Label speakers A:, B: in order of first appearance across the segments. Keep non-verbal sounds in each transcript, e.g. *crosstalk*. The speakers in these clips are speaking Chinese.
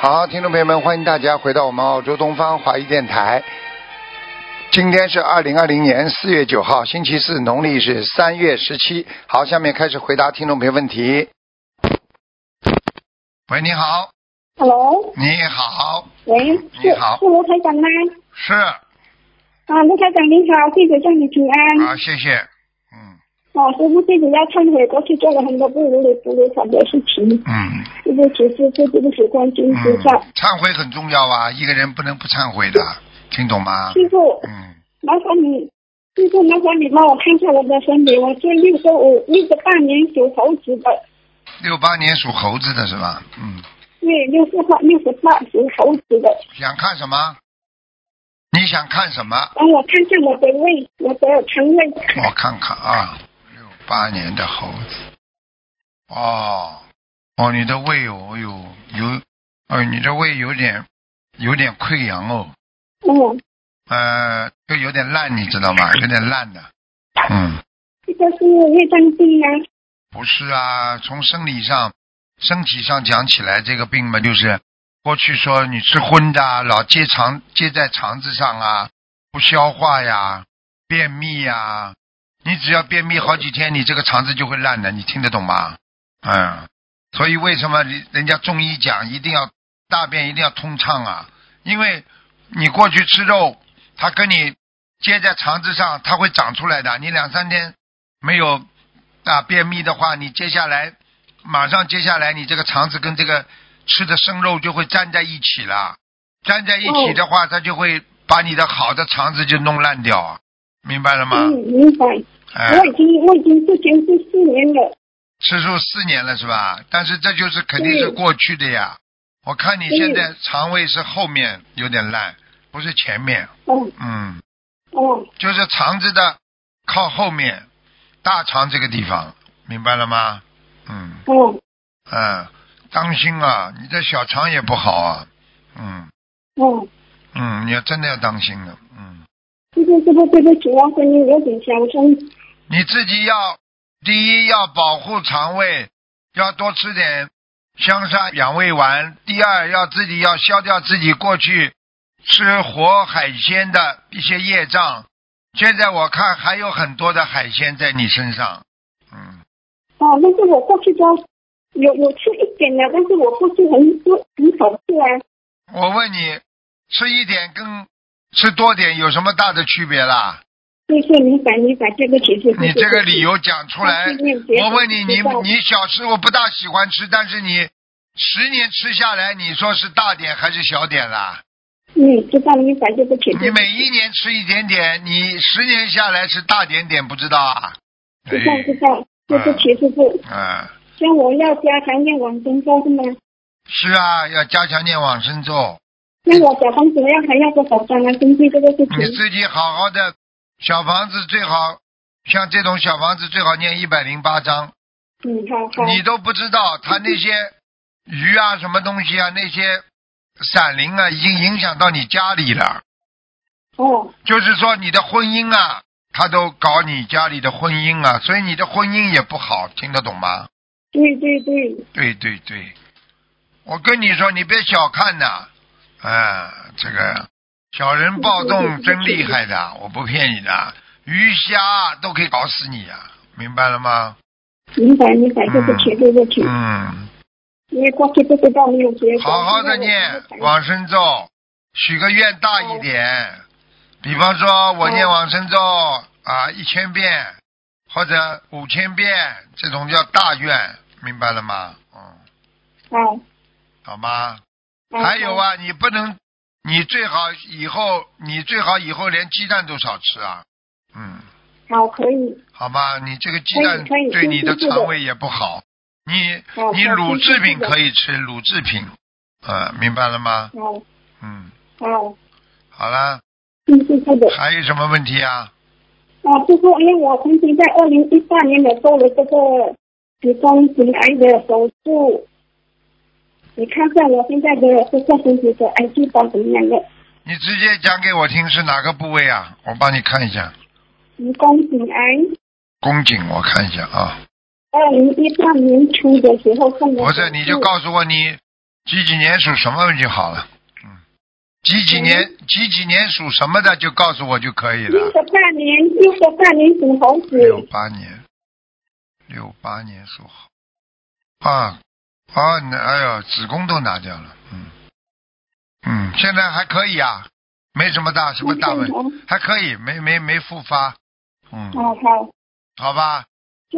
A: 好，听众朋友们，欢迎大家回到我们澳洲东方华语电台。今天是二零二零年四月九号，星期四，农历是三月十七。好，下面开始回答听众朋友问题。喂，你好，
B: Hello，
A: 你好，
B: 喂，
A: 你
B: 是
A: 好
B: 是卢台长吗？
A: 是啊，
B: 啊，卢台长您好，弟子向你请安。
A: 谢谢，嗯
B: 啊，师傅，弟子要忏悔过去做了很多不如理、不如法的事情，
A: 嗯
B: 对不起师傅，对不起观世音菩
A: 嗯
B: 萨。，
A: 忏悔很重要啊，一个人不能不忏悔的，听懂吗？
B: 师傅，
A: 嗯，
B: 麻烦你，师傅，麻烦你帮我看一下我的身体，我是六十五、六十八年属猴子的，
A: 六八年属猴子的是吧？嗯，
B: 对，六十八、六十八属猴子的，
A: 想看什么？你想看什么？
B: 帮我看一下我的胃，我的肠胃。
A: 我看看啊，六八年的猴子。哦，哦，你的胃哦，有有，哦，你的胃有点有点溃疡哦，
B: 嗯，
A: 呃，就有点烂，你知道吗？有点烂的。嗯，
B: 这个是胃胀病啊。
A: 不是啊，从生理上、身体上讲起来，这个病嘛，就是过去说你吃荤的啊，老结肠结在肠子上啊，不消化呀，便秘呀，你只要便秘好几天，你这个肠子就会烂的，你听得懂吗？嗯，所以为什么人人家中医讲一定要大便一定要通畅啊？因为你过去吃肉，它跟你接在肠子上，它会长出来的。你两三天没有啊便秘的话，你接下来马上接下来你这个肠子跟这个吃的生肉就会粘在一起了，粘在一起的话，它就会把你的好的肠子就弄烂掉啊，明白了吗？
B: 嗯，明白。
A: 哎
B: 我已经我已经之前是四年了，
A: 吃素四年了是吧？但是这就是肯定是过去的呀。
B: 嗯
A: 我看你现在肠胃是后面有点烂，不是前面，
B: 哦
A: 嗯，
B: 哦，
A: 就是肠子的靠后面，大肠这个地方，明白了吗？嗯
B: 哦
A: 嗯，当心啊，你这小肠也不好啊，嗯
B: 哦，
A: 嗯，你要真的要当心了，嗯。
B: 这个这个对不起，我声音有点小声。
A: 你自己要第一要保护肠胃，要多吃点香砂养胃丸；第二要自己要消掉自己过去吃活海鲜的一些业障。现在我看还有很多的海鲜在你身上，嗯，
B: 哦，但是我过去都有有吃一点的，但是我不是很不很好吃啊。
A: 我问你，吃一点跟吃多点有什么大的区别啦？
B: 对对，明白明白，对不起对不起。
A: 你这个理由讲出来，
B: 我是念
A: 我问你，你
B: 别的
A: 你小时候不大喜欢吃，但是你十年吃下来，你说是大点还是小点啦？
B: 嗯，知道明白，对不起。
A: 你每一年吃一点点，你十年下来是大点点，不知道啊？
B: 对不起知道
A: 嗯
B: 知道，对不起师傅，
A: 哎，啊，
B: 像我要加强念往生咒是吗？
A: 是啊，要加强念往生咒，
B: 那我小房子要还要多少张啊？根据这个事情，
A: 你自己好好的，小房子最好。像这种小房子最好念一百零八章，
B: 嗯，好好，
A: 你都不知道他那些鱼啊、什么东西啊、那些闪灵啊，已经影响到你家里了。
B: 哦，
A: 就是说你的婚姻啊，他都搞你家里的婚姻啊，所以你的婚姻也不好，听得懂吗？
B: 对对对，
A: 对对对，我跟你说，你别小看呐，啊，这个小人暴动真厉害的，我不骗你的，鱼虾都可以搞死你呀、啊明白了吗？
B: 明白明白，对不起对不起。
A: 嗯，
B: 因为过去不知道没有结果。
A: 好好的念往生咒，许个愿大一点，比方说我念往生咒啊一千遍或者五千遍，这种叫大愿，明白了吗？嗯，
B: 好，
A: 好吗？
B: 好
A: 还有，啊，你不能，你最好以后，你最好以后连鸡蛋都少吃啊，嗯，
B: 好可以，
A: 好吗？你这个鸡
B: 可以
A: 蛋
B: 可以
A: 对你的
B: 是是是的
A: 肠胃也不好，你
B: 好
A: 你
B: 好
A: 乳
B: 是是
A: 制品
B: 是的
A: 可以吃乳制品，啊，明白了吗？
B: 好，
A: 嗯。
B: 好，
A: 好了，
B: 嗯，是这的。
A: 还有什么问题啊？
B: 啊，就是因为我曾经在二零一八年的做了这个子宫颈癌的手术，你看一下我现在的这个身体的癌细胞怎么样了？
A: 你直接讲给我听是哪个部位啊？我帮你看一下，
B: 子宫颈癌，
A: 宫颈我看一下啊。
B: 二零一八年初的时候送的手术。
A: 不是，你就告诉我你几几年属什么就好了。嗯，几几年几几年属什么的就告诉我就可以
B: 六
A: 了。
B: 十八年，六十八年属猴子，
A: 六八年，六八年属猴啊啊！那哎呦，子宫都拿掉了，嗯嗯，现在还可以啊，没什么大什么大问题，
B: 哦，
A: 还可以，没没没复发，嗯，
B: 好。
A: 好吧。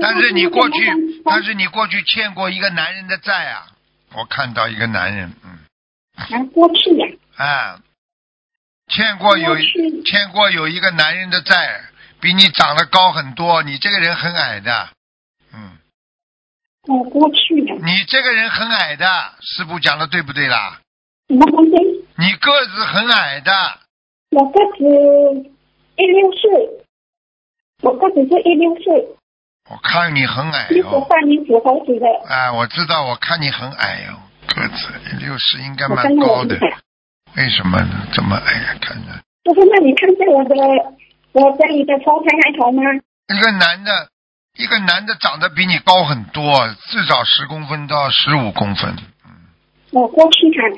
A: 但是你过去，但是你过去欠过一个男人的债啊！我看到一个男人，嗯，
B: 啊，过去呀，
A: 啊，欠过有
B: 过去
A: 欠过有一个男人的债，比你长得高很多，你这个人很矮的，嗯，
B: 哦，过去呀，
A: 你这个人很矮的，师傅讲的对不对啦？
B: 什么东西？
A: 你个子很矮的，
B: 我个子一六四，我个子是一六四，
A: 我看你很矮
B: 六
A: 哦
B: 十，八年属猴子的，
A: 啊，我知道，我看你很矮哦，个子六十应该
B: 我
A: 蛮
B: 跟我
A: 高
B: 一
A: 的，
B: 样
A: 为什么呢？这么矮呀、看着。
B: 就是那你看见我的我家里的头胎还好吗？
A: 一个男的，一个男的长得比你高很多，至少十公分到十五公分。
B: 我过去看，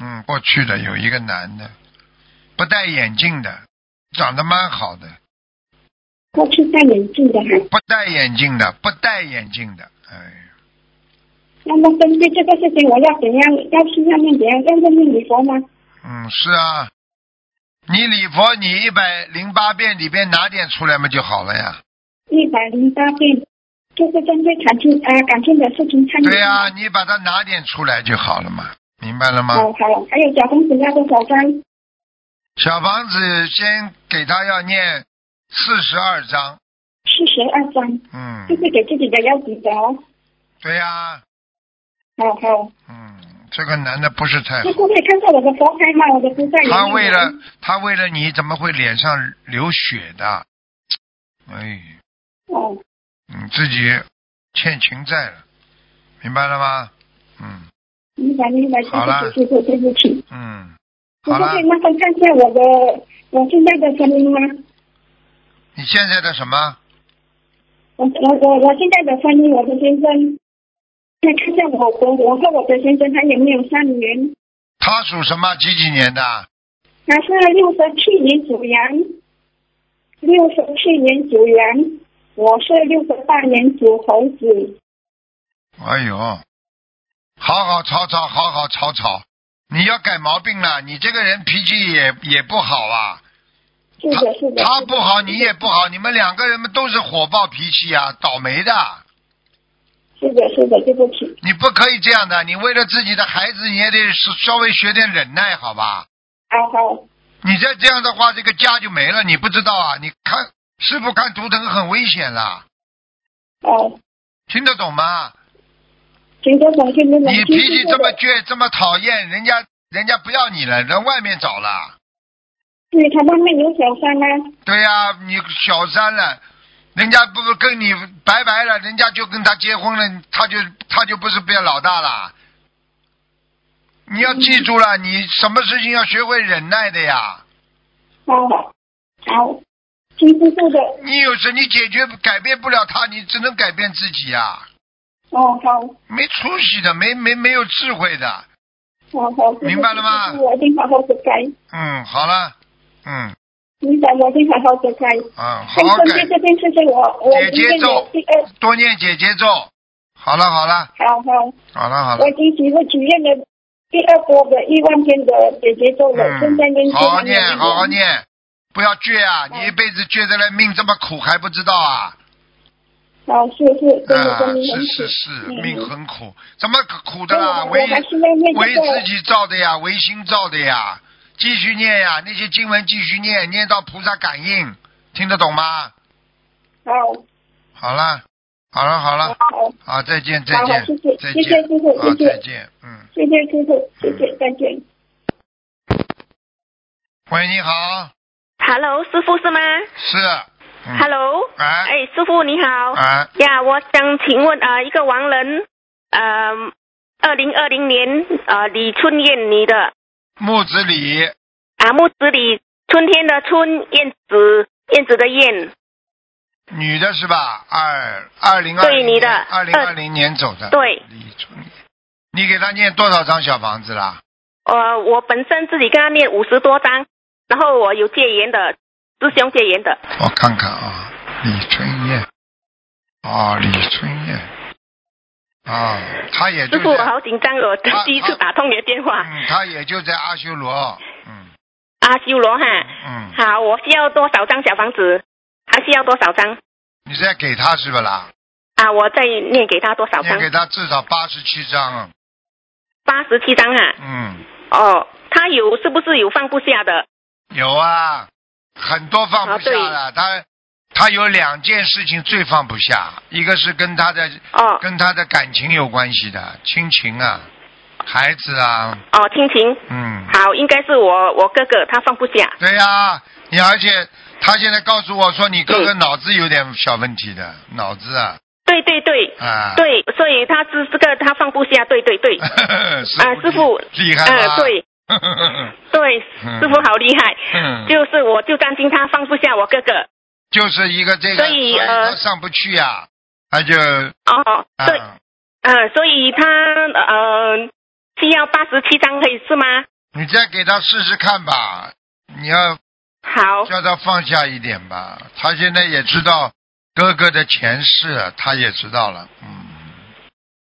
A: 嗯，过去的有一个男的，不戴眼镜的，长得蛮好的，
B: 过去戴眼镜的哈，
A: 不戴眼镜的，不戴眼镜的，哎，
B: 那么根据这个事情，我要怎样？要去要念怎样？要念礼佛吗？
A: 嗯，是啊，你礼佛你一百零八遍里边拿点出来嘛就好了呀。
B: 一百零八遍，就是针对感情啊感情的事情参与。
A: 对呀、你把它拿点出来就好了嘛，明白了吗？
B: 哦，好，还有小公子要多少张？
A: 小房子先给他要念四十二章，
B: 四十二张，
A: 嗯
B: 就，是给自己的要几条。
A: 对呀、
B: 好哦好，
A: 嗯，这个男的不是太好
B: 那。各位看到我的佛牌吗？我的菩萨有没有
A: 他为了他为了你怎么会脸上流血的？哎，
B: 哦，
A: 你自己欠情债了，明白了吗？嗯
B: 明白明白，
A: 好了
B: 谢谢谢谢对不起。
A: 嗯，
B: 你
A: 好
B: 可
A: 了
B: 可以，麻烦看一下我的我现在的声音吗？
A: 你现在的什么？
B: 我我我我现在的婚姻，我的先生，再看一下我我我和我的先生他有没有善缘？
A: 他属什么？几几年的？
B: 他是六十七年属羊，六十七年属羊，我是六十八年属猴子。
A: 哎呦，好好吵吵，好好吵吵，你要改毛病了。你这个人脾气也也不好啊。
B: 是的，是的。
A: 他不好，你也不好，你们两个人嘛都是火爆脾气啊，倒霉的。
B: 是的，是的，对不起。
A: 你不可以这样的，你为了自己的孩子，你也得是稍微学点忍耐，好吧？
B: 啊好，
A: 你再这样的话，这个家就没了，你不知道啊？你看师傅看图腾很危险啦，
B: 哦，
A: 听得懂吗？
B: 请多少听众
A: 你脾气这么倔，这么讨厌，人家人家不要你了，人外面找了。
B: 对他外面有小三吗？啊
A: 对呀、你小三了，人家不是跟你拜拜了，人家就跟他结婚了，他就他就不是变老大了。你要记住了，你什么事情要学会忍耐的呀。
B: 好好，好，听师傅的。
A: 你有时你解决改变不了他，你只能改变自己呀、
B: 哦好。
A: 没出息的，没没没有智慧的。
B: 好好，
A: 明白了吗
B: 我一定好好的改，
A: 嗯，好了，嗯
B: 明白，我一定好好的改。
A: 啊，好
B: 但
A: 好
B: 针
A: 改
B: 对，这件事情，我我
A: 姐
B: 一
A: 姐
B: 定有
A: 咒
B: 第二，
A: 多念姐姐咒。好了，好了，
B: 好好，
A: 好了，好了
B: 我已。经许了许愿的第二波的一万天的姐姐咒了，现在念
A: 嗯，
B: 经
A: 好好
B: 还没有
A: 念，好好念，不要倔啊！
B: 嗯
A: 你一辈子倔着来，命这么苦还不知道啊！
B: 好，是是，真的
A: 啊，
B: 真的
A: 是是是，命
B: 很
A: 很苦，怎么苦的
B: 嗯对
A: 啦？
B: 我
A: 为
B: 我还是要念这
A: 为
B: 个
A: 自己造的呀，为心造的呀，继续念呀，那些经文继续念，念到菩萨感应，听得懂吗？
B: 好，
A: 好了，好了，好
B: 好
A: 了，，
B: 好
A: 好，再见，再
B: 好
A: 见
B: 谢谢，
A: 再
B: 谢谢
A: 见
B: 师傅，
A: 啊，
B: 谢
A: 再
B: 谢，
A: 见，嗯，
B: 谢谢师傅，谢谢，再见。
A: 喂，你好，
C: Hello，师傅是吗、
A: 是，嗯
C: h e l l o
A: 哎
C: 哎，师傅你好。
A: 哎，
C: 呀，我想请问啊、呃一个亡人，呃，二零二零年呃，李春燕你的
A: 木子李，
C: 啊，木子李，春天的春，燕子，燕子的燕，
A: 女的是吧？二二零二
C: 对你的
A: 二零二零年走的，
C: 对
A: 李春，你给他念多少张小房子啦？
C: 呃，我本身自己跟他念五十多张，然后我有戒烟的，师兄戒烟的，
A: 我看看啊，李春燕，啊，李春燕，啊，他也
C: 师
A: 就
C: 傅我
A: 在，
C: 好紧张哦，
A: 啊
C: 第一次
A: 啊
C: 打通你的电话，
A: 嗯，他也就在阿修罗，嗯
C: 阿修罗哈，
A: 嗯，
C: 好，我需要多少张小房子？还需要多少张？
A: 你再给他是不啦？
C: 啊，我再念给他多少
A: 念
C: 张
A: 给？他至少八十七张，
C: 八十七张啊！
A: 嗯，
C: 哦，他有是不是有放不下的？
A: 有啊，很多放不下
C: 啊
A: 了，他他有两件事情最放不下，一个是跟他的
C: 哦
A: 跟他的感情有关系的，亲情啊，孩子啊，
C: 哦，亲情，
A: 嗯，
C: 好，应该是我我哥哥他放不下。
A: 对呀、你而且他现在告诉我说你
C: 嗯
A: 哥哥脑子有点小问题的，脑子啊
C: 对对对
A: 啊， *laughs*
C: 对，所以他是这个他放不下，对对对，
A: 啊
C: 师傅
A: 厉害吧
C: 啊，对对，
A: 嗯
C: 师傅好厉害，
A: *laughs* 嗯
C: 就是我就担心他放不下我哥哥。
A: 就是一个这个，
C: 所以呃
A: 他上不去呀、他就
C: 哦，
A: 啊
C: 对，呃，所以他呃需要八十七张可以是吗？
A: 你再给他试试看吧，你
C: 哦
A: 要
C: 好，
A: 叫他放下一点吧。他现在也知道哥哥的前世，啊他也知道了，嗯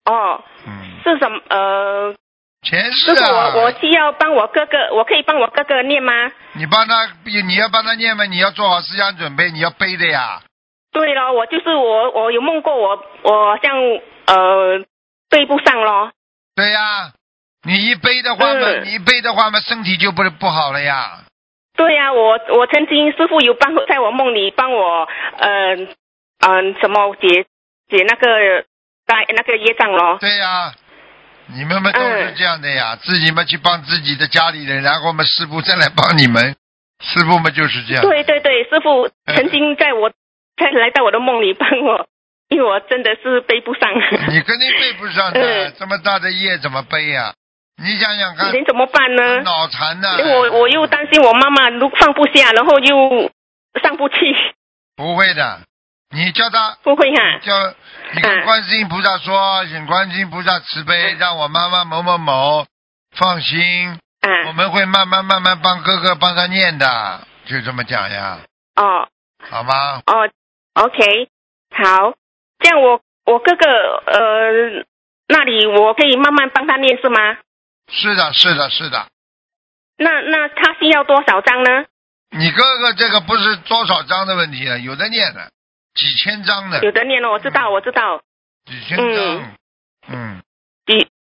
C: 哦，
A: 嗯，
C: 是什么？呃，
A: 前世
C: 如果
A: 啊
C: 我，我需要帮我哥哥，我可以帮我哥哥念吗？
A: 你帮他，你要帮他念嘛，你要做好思想准备，你要背的呀。
C: 对咯，我就是我，我有梦过我，我像呃对不上咯。
A: 对呀、你一背的话嘛，
C: 嗯
A: 你一背的话嘛，身体就不不好了呀。
C: 对呀、我我曾经师傅有帮在我梦里帮我，呃，嗯、什么解解那个带那个业障咯。
A: 对呀、你们嘛都是
C: 嗯
A: 这样的呀，自己嘛去帮自己的家里人，然后嘛师傅再来帮你们，师傅嘛就是这样。
C: 对对对，师傅曾经在我在来到我的梦里帮我，因为我真的是背不上。
A: 你肯定背不上的，
C: 嗯
A: 这么大的业怎么背呀、你想想看，
C: 您怎么办呢？
A: 脑残呐、
C: 因为嗯我我又担心我妈妈如放不下，然后又上不去，
A: 不会的，你叫他
C: 不会哈、
A: 叫你跟
C: 嗯
A: 观世音菩萨说，请观世音菩萨慈悲，让我妈妈某某某放心，我
C: 啊？
A: 们会慢慢慢慢帮哥哥帮他念的，就这么讲呀，
C: 哦
A: 好吗？
C: 哦，OK，好，这样我我哥哥呃那里我可以慢慢帮他念是吗？
A: 是的，是的，是的。
C: 那那他需要多少张呢？
A: 你哥哥这个不是多少章的问题啊，有的念的，几千章的，
C: 有的念了，哦我知道我知道，
A: 几千章
C: 嗯，
A: 嗯，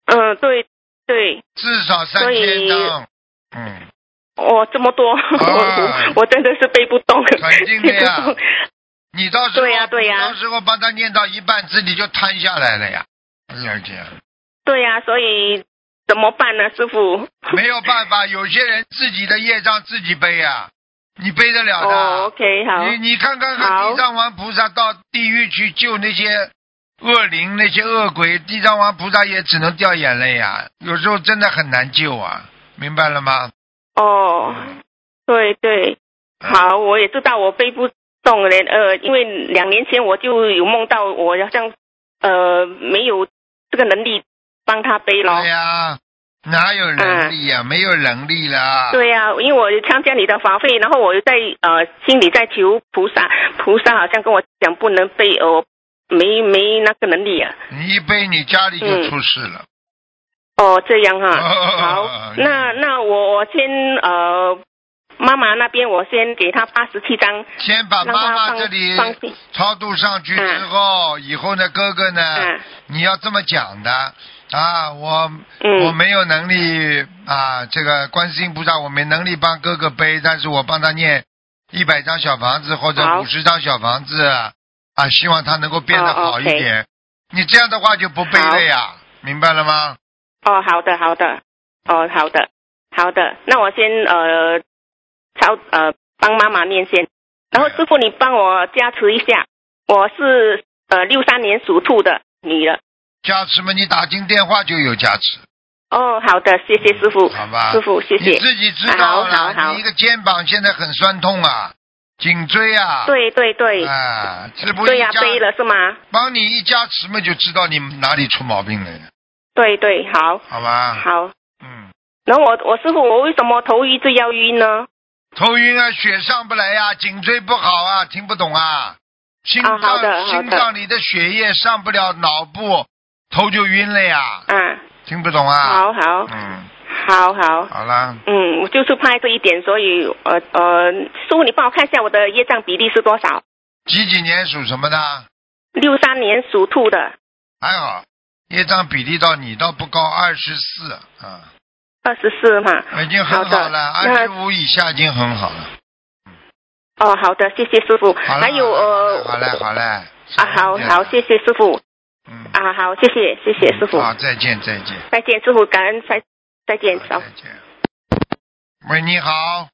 C: 嗯，对对，
A: 至少三
C: 所
A: 千
C: 以
A: 章，嗯，
C: 哦这么
A: 啊
C: 多， *laughs* 我我真的是背不动，
A: 肯定的呀
C: 背不动
A: 你到时候
C: 对呀对呀
A: 你到时候帮他念到一半，自己就瘫下来了呀，而且
C: 对呀、所以怎么办呢，师傅？
A: 没有办法，有些人自己的业障自己背呀、你背得了的。
C: 哦，OK，好，
A: 你你看看看，
C: 好
A: 地藏王菩萨到地狱去救那些恶灵、那些恶鬼，地藏王菩萨也只能掉眼泪呀、有时候真的很难救啊，明白了吗？
C: 哦，对对，好，我也知道我背不动了，呃，因为两年前我就有梦到我好像呃没有这个能力帮他背咯。
A: 对呀、哪有能力呀、没有能力啦。
C: 嗯对呀、因为我有参加你的法会，然后我又在呃心里在求菩萨，菩萨好像跟我讲不能背，呃我没没那个能力啊。
A: 你一背，你家里就出事了。
C: 哦，这
A: *laughs*
C: 样哈、
A: 哦
C: 好，那那我我先呃妈妈那边我先给她八十七张，
A: 先把
C: 嗯让
A: 妈
C: 她
A: 啊妈
C: 放
A: 这里
C: 放心。
A: 超度上去之后，以后呢，哥哥呢，
C: 嗯
A: 你要这么讲的啊，我、我
C: 嗯，
A: 没有能力啊，这个观世音菩萨我没能力帮哥哥背，但是我帮他念一百张小房子或者
C: 好
A: 五十张小房子啊，希望他能够变得
C: 哦
A: 好一
C: ，OK
A: 点。你这样的话就不背了呀，明白了吗？
C: 哦，好的好的，哦好的好的，那我先呃朝呃帮妈妈念先，然后
A: 对
C: 师傅你帮我加持一下，我是呃六三年属兔的女的。
A: 加持嘛，你打进电话就有加持，
C: 哦，好的，谢谢师傅，
A: 好吧？
C: 师傅谢
A: 你
C: 谢。
A: 自己知道
C: 好好
A: 了，
C: 好
A: 你一个肩膀现在很酸痛啊，颈椎啊，
C: 对对对，
A: 啊，这不
C: 对
A: 一
C: 呀、
A: 加
C: 背了是吗？
A: 帮你一加持嘛，就知道你哪里出毛病了呀。
C: 对对，好，
A: 好吧？
C: 好。
A: 嗯，
C: 然后我我师傅，我为什么头一直要晕呢？
A: 头晕啊，血上不来呀、颈椎不好啊，听不懂啊。心
C: 啊
A: 脏、
C: 好的好的
A: 心脏里的血液上不了脑部，头就晕了呀，
C: 啊，
A: 听不懂啊？
C: 好好
A: 嗯，
C: 好好，
A: 好啦，
C: 嗯，我就是怕这一点，所以呃呃，师傅你帮我看一下我的业障比例是多少？
A: 几几年属什么的？
C: 六三年属兔的，
A: 还好，业障比例到你倒不高，二十四，嗯，
C: 二十四嘛。
A: 已经很
C: 好的
A: 好了，二
C: 那
A: 十五以下已经很好了。
C: 哦，好的，谢谢师傅。
A: 好了，
C: 还有呃，
A: 好嘞，好嘞，
C: 啊，好好，谢
A: 谢，
C: 谢师傅
A: 嗯，
C: 啊，好，谢谢谢谢师傅，
A: 好，再见，再见，
C: 再见师傅，感恩再再见，
A: 好
C: 走。
A: 再见。喂，你好，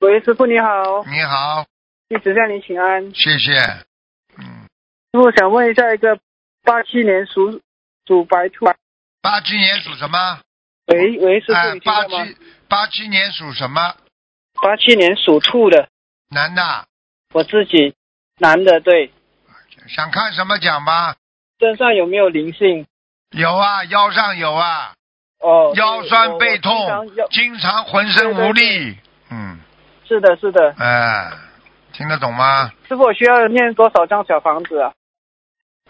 D: 喂，师傅你好，
A: 你好，
D: 一直向您请安。师
A: 谢谢，嗯，
D: 傅想问一下，一个八七年属属白兔，
A: 八七年属什么？
D: 喂喂，师傅
A: 哎
D: 你，听
A: 八
D: 到吗？
A: 七八七年属什么？
D: 八七年属兔的，
A: 男的，
D: 我自己，男的，对，
A: 想看什么讲吧？
D: 身上有没有灵性？
A: 有啊，腰上有啊，
D: 哦，
A: 腰酸背
D: 我我经
A: 痛
D: 常腰，
A: 经常浑身无
D: 对
A: 力。嗯，
D: 是的，是的。
A: 哎，听得懂吗？
D: 师傅，我需要念多少张小房子啊？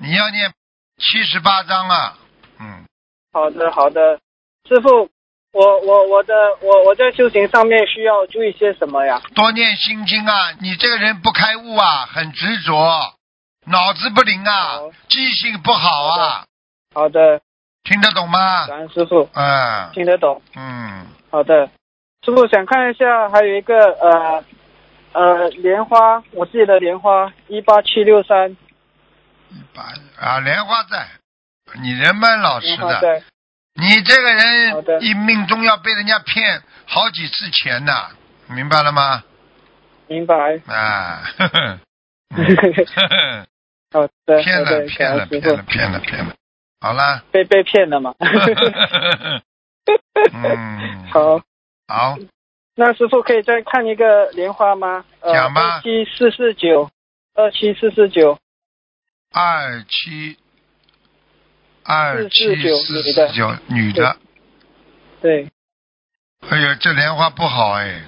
A: 你要念七十八章啊。嗯，
D: 好的，好的。师傅，我我我的我我在修行上面需要注意些什么呀？
A: 多念心经啊。你这个人不开悟啊，很执着，脑子不灵啊
D: 好，
A: 记性不好
D: 哦
A: 啊，
D: 好的，
A: 听得懂吗？
D: 感恩师傅，
A: 嗯
D: 听得懂。
A: 嗯，
D: 好的，师傅想看一下，还有一个呃呃莲花，我自己的莲花一八七六三
A: 把啊莲花在，你人蛮老实
D: 莲
A: 哦的。
D: 花在，
A: 你这个
D: 好的
A: 人一命中要被人家骗好几次钱呐、明白了吗？
D: 明白？
A: 啊，
D: *laughs*
A: 呵呵嗯呵呵
D: 好的，
A: 骗
D: 好
A: 了
D: 的
A: 骗
D: 感
A: 了
D: 恩师
A: 骗了
D: 傅
A: 骗了骗了，好啦，
D: 被被骗了嘛？
A: *laughs*
D: *laughs*
A: 嗯，
D: 好，
A: 好，
D: 那师傅可以再看一个莲花吗？呃，
A: 讲吧
D: 二七四四九，二七四四九，
A: 二七二七四四九女的，
D: 对，
A: 哎呦，这莲花不好哎，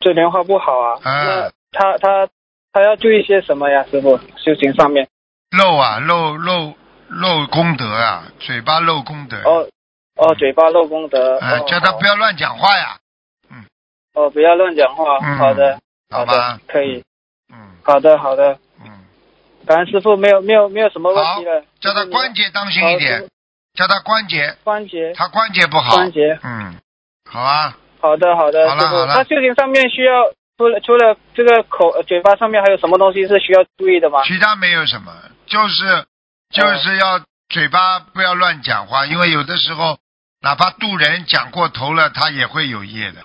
D: 这莲花不好啊。
A: 啊
D: 那他他他要注意些什么呀？师傅，修行上面
A: 漏啊漏漏漏功德啊，嘴巴漏功德，
D: 哦哦，嘴巴漏功德，
A: 啊
D: 哦，
A: 叫他
D: 好
A: 不要乱讲话呀，
D: 哦，不要乱讲话。
A: 嗯
D: 好的，
A: 好
D: 好
A: 吧
D: 的，，可以。
A: 嗯
D: 好的，好的，
A: 嗯。
D: 感恩师傅，没有没有没有什么问题了。
A: 叫他关节当心一
D: 好
A: 点，叫他关节，
D: 关节
A: 他关节不好。
D: 关节，
A: 嗯，好啊，
D: 好的好的，
A: 好了
D: 师傅
A: 好了
D: 那修行上面需要除了除了这个口呃嘴巴上面还有什么东西是需要注意的吗？
A: 其他没有什么，就是就是要嘴巴不要乱讲话，因为有的时候哪怕渡人讲过头了，他也会有业的。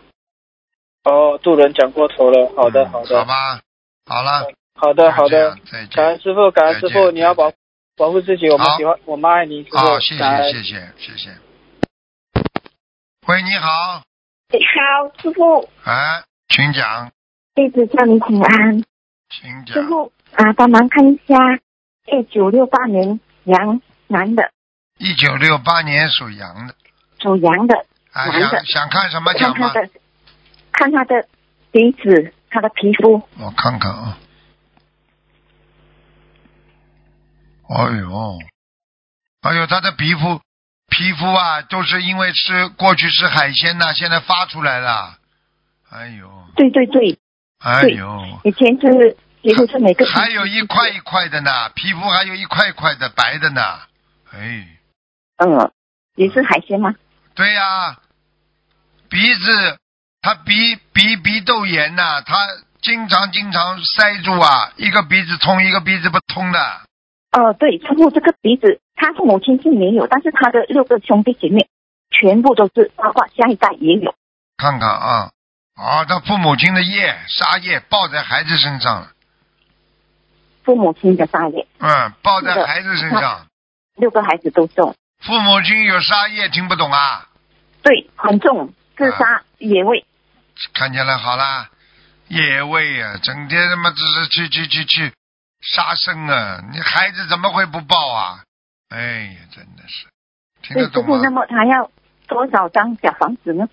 D: 哦，渡人讲过头了，好的
A: 嗯
D: 好
A: 好
D: 的
A: 吧，好了，
D: 好的好
A: 就这
D: 的
A: 样，，再
D: 感恩
A: 见。
D: 师傅，感恩
A: 再
D: 师傅，
A: 见
D: 你要保保护自己，我们
A: 好
D: 喜欢我们爱你，师
A: 好，
D: 傅，
A: 哦谢
D: 感
A: 谢
D: 恩
A: 谢谢谢谢。喂，你好，
B: 哎好，师傅，
A: 哎，请讲，
B: 弟子向您请安。
A: 请
B: 师
A: 讲。
B: 傅啊，帮忙看一下，一九六八年羊男的，
A: 一九六八年属羊的，
B: 属羊的，
A: 啊，
B: 男的
A: 想想看什么
B: 看
A: 讲
B: 他
A: 吗？
B: 的，看他的鼻子，他的皮肤，
A: 我看看啊。哎呦，哎呦，他的皮肤皮肤啊，都是因为吃过去吃海鲜呐、现在发出来了。哎呦，
B: 对对对，
A: 哎呦，
B: 以前是几乎是每个皮肤
A: 还有一块一块的呢，皮肤还有一块一块的白的呢。哎，
B: 嗯，也是海鲜吗？
A: 对呀、鼻子他鼻鼻鼻窦炎呐、他经常经常塞住啊，一个鼻子通一个鼻子不通的。
E: 呃
B: 哦，对，师傅这个鼻子，他父母亲是没有，但是他的六个兄弟姐妹全部都是，包括下一代也有。
A: 看看啊，啊，他父母亲的业杀业报在孩子身上了，
B: 父母亲的杀业，
A: 嗯，报在
B: 是的
A: 孩子身上。
B: 六个孩子都中，
A: 父母亲有杀业，听不懂啊？
B: 对，很重，自杀、野味，
A: 看见了，好啦，业位啊，整天他妈只是去去去去杀生啊，你孩子怎么会不报啊？哎呀，真的是，听得懂
E: 对师傅，那
A: 吗？
E: 么他要多少张小房子呢？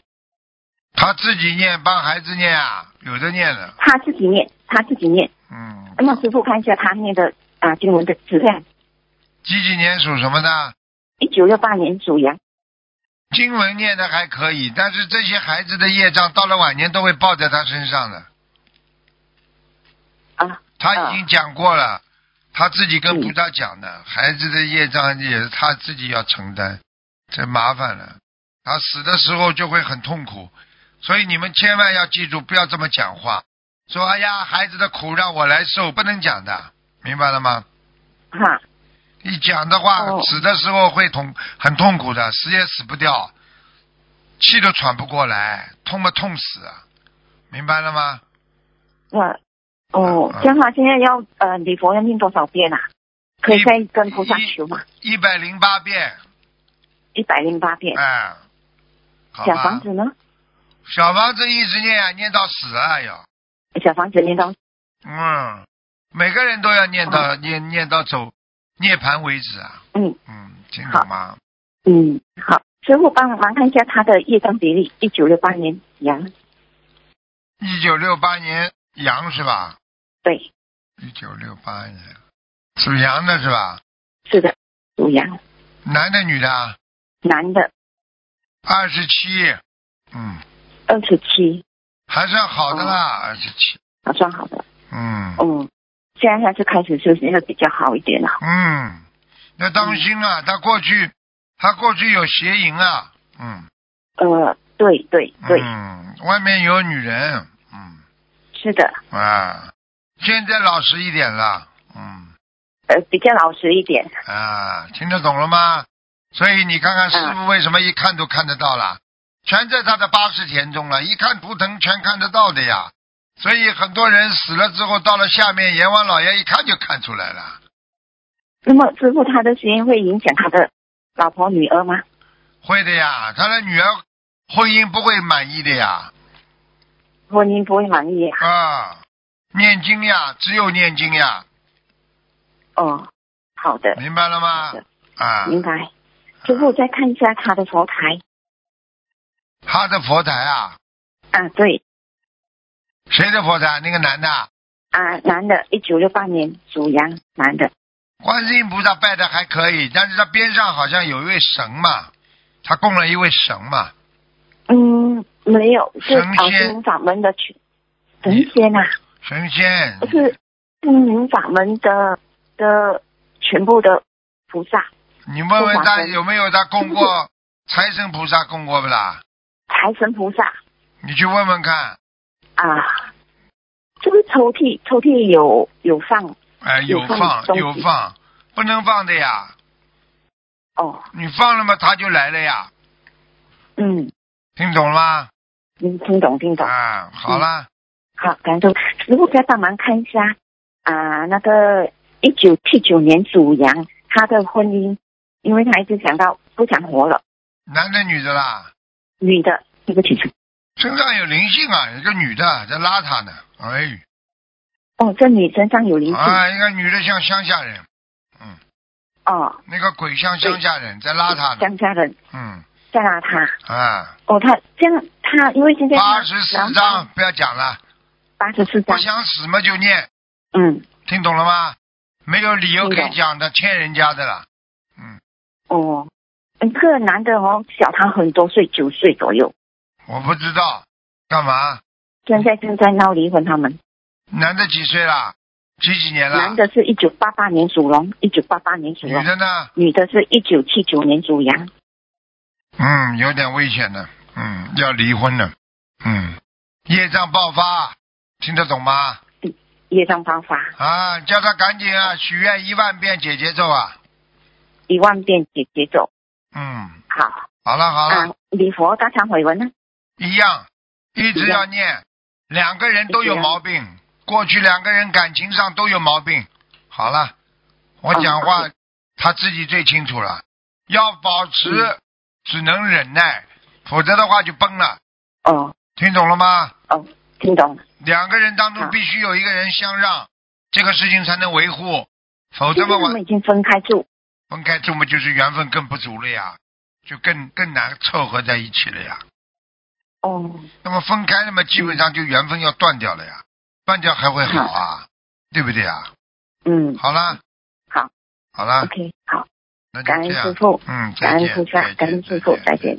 A: 他自己念，帮孩子念啊，有的念了，
E: 他自己念，他自己念。
A: 嗯。
E: 那么师傅看一下他念的啊、经文的质量。
A: 几几年属什么的？
E: 一九六八年属羊，
A: 经文念的还可以，但是这些孩子的业障到了晚年都会报在他身上的。
E: 啊。
A: 他已经讲过了，
E: 嗯
A: 他自己跟菩萨讲的，孩子的业障也是他自己要承担，这麻烦了。他死的时候就会很痛苦，所以你们千万要记住，不要这么讲话，说哎呀，孩子的苦让我来受，不能讲的，明白了吗？
E: 哈，
A: 一讲的话，
E: 哦
A: 死的时候会痛，很痛苦的，死也死不掉，气都喘不过来，痛嘛痛死啊，明白了吗？
E: 那哦
A: 啊啊，
E: 像他现在要呃礼佛要念多少遍啊？可以再跟菩萨求吗？
A: 一百零八遍，
E: 一百零八遍。
A: 哎，好吧。
E: 小房子呢？
A: 小房子一直念啊，念到死啊要。
E: 小房子念到
A: 嗯，每个人都要念到、念念到走涅槃为止啊。
E: 嗯
A: 嗯，听懂吗？
E: 嗯好，师傅帮忙看一下他的业障比例，一九六八年羊
A: 一九六八年羊是吧？
E: 对，
A: 一九六八年属羊的是吧？
E: 是的，属羊，
A: 男的女的？
E: 男的，
A: 二十七。嗯，
E: 二十七，
A: 还算好的啦，二十七。
E: 啊算好的，
A: 嗯
E: 嗯，现在他就开始休息会比较好一点了，
A: 嗯，要当心啊！他过去他过去有邪淫啊。嗯
E: 呃，对对对，
A: 嗯，外面有女人。嗯。
E: 是的，
A: 啊，现在老实一点了，嗯
E: 呃，比较老实一点，
A: 啊，听得懂了吗？所以你看看师傅为什么一看都看得到了，全在他的八十田中了，一看图腾全看得到的呀。所以很多人死了之后，到了下面阎王老爷一看就看出来了，
E: 那么师傅他的学业会影响他的老婆女儿吗？
A: 会的呀，他的女儿婚姻不会满意的呀，
E: 婚姻不会满意啊？
A: 啊，念经呀，只有念经呀，
E: 哦，好的，
A: 明白了吗
E: 好的？
A: 啊，
E: 明白。师傅再看一下他的佛台
A: 他的佛台啊，
E: 啊，对
A: 谁的佛台？那个男的啊。
E: 啊，男的，一九六八年属羊，男的，
A: 观世音菩萨拜的还可以，但是他边上好像有一位神嘛，他供了一位神嘛，
E: 嗯，没有，是
A: 神
E: 考
A: 仙
E: 经法门的去
A: 你
E: 神仙啊，
A: 神仙
E: 不。是心灵法门的的全部的菩萨，
A: 你问问他
E: 是神
A: 有没有他供过财神菩萨供过不啦？
E: 财神菩萨
A: 你去问问看，
E: 啊。这个抽屉抽屉有有放
A: 哎，有
E: 有
A: 放
E: 放东西
A: 有放，不能放的呀，
E: 哦，
A: 你放了嘛他就来了呀，
E: 嗯，
A: 听懂了吗？
E: 嗯，听懂听懂。
A: 啊，好了，
E: 好，感动。如果再帮忙看一下啊、那个一九七九年属羊，他的婚姻，因为他一直想到不想活了，
A: 男的女的啦，
E: 女的，对不起，是
A: 身上有灵性啊，一个女的在拉他呢，哎，
E: 哦，这女身上有灵性、
A: 啊，一个女的像乡下人，
E: 哦，
A: 那个鬼像乡下人在拉他呢，
E: 张家人
A: 嗯
E: 再拉他，
A: 啊。
E: 哦，他这样他因为现在
A: 八十四章，不要讲了，
E: 八十四
A: 不
E: 张，
A: 想死嘛就念，
E: 嗯，
A: 听懂了吗？没有理由
E: 听
A: 可
E: 懂
A: 以讲的，欠人家的了。嗯，
E: 哦，嗯这个男的哦小他很多岁，九岁左右，
A: 我不知道，干嘛？
E: 现在正在闹离婚，他们
A: 男的几岁啦？几几年啦
E: 男？的是一九八八年属龙，一九八八年属
A: 女
E: 龙，
A: 的呢？
E: 女的是一九七九年属羊。
A: 嗯，有点危险的，嗯，要离婚了，嗯，业障爆发，听得懂吗？
E: 业障方法，
A: 啊，叫他赶紧啊，许愿一万遍解结咒啊，
E: 一万遍解节奏。
A: 嗯，
E: 好
A: 好了好了，
E: 啊，礼佛大忏悔文呢？
A: 一样，一直
E: 一样
A: 要念。两个人都有
E: 一直要
A: 毛病，过去两个人感情上都有毛病。好了，我
E: 嗯
A: 讲话、
E: 好
A: 他自己最清楚了，要保持、
E: 嗯
A: 只能忍耐，否则的话就崩了。
E: 哦，
A: 听懂了吗？
E: 听懂了。
A: 两个人当中
E: 好
A: 必须有一个人相让，这个事情才能维护，否则
E: 现在
A: 嘛，
E: 他
A: 我
E: 们已经分开住。
A: 分开住嘛就是缘分更不足了呀。就更更难凑合在一起了呀。
E: 哦，
A: 那么分开了嘛，基本上就缘分要断掉了呀，断掉还会好啊，对不对啊？
E: 嗯
A: 好啦，
E: 好，
A: 好啦，
E: ，OK，好，
A: 那就
E: 感恩
A: 这
E: 师
A: 样。
E: 傅。
A: 嗯，
E: 感
A: 再
E: 恩
A: 见，
E: 菩萨
A: 再见
E: 感恩师父再见。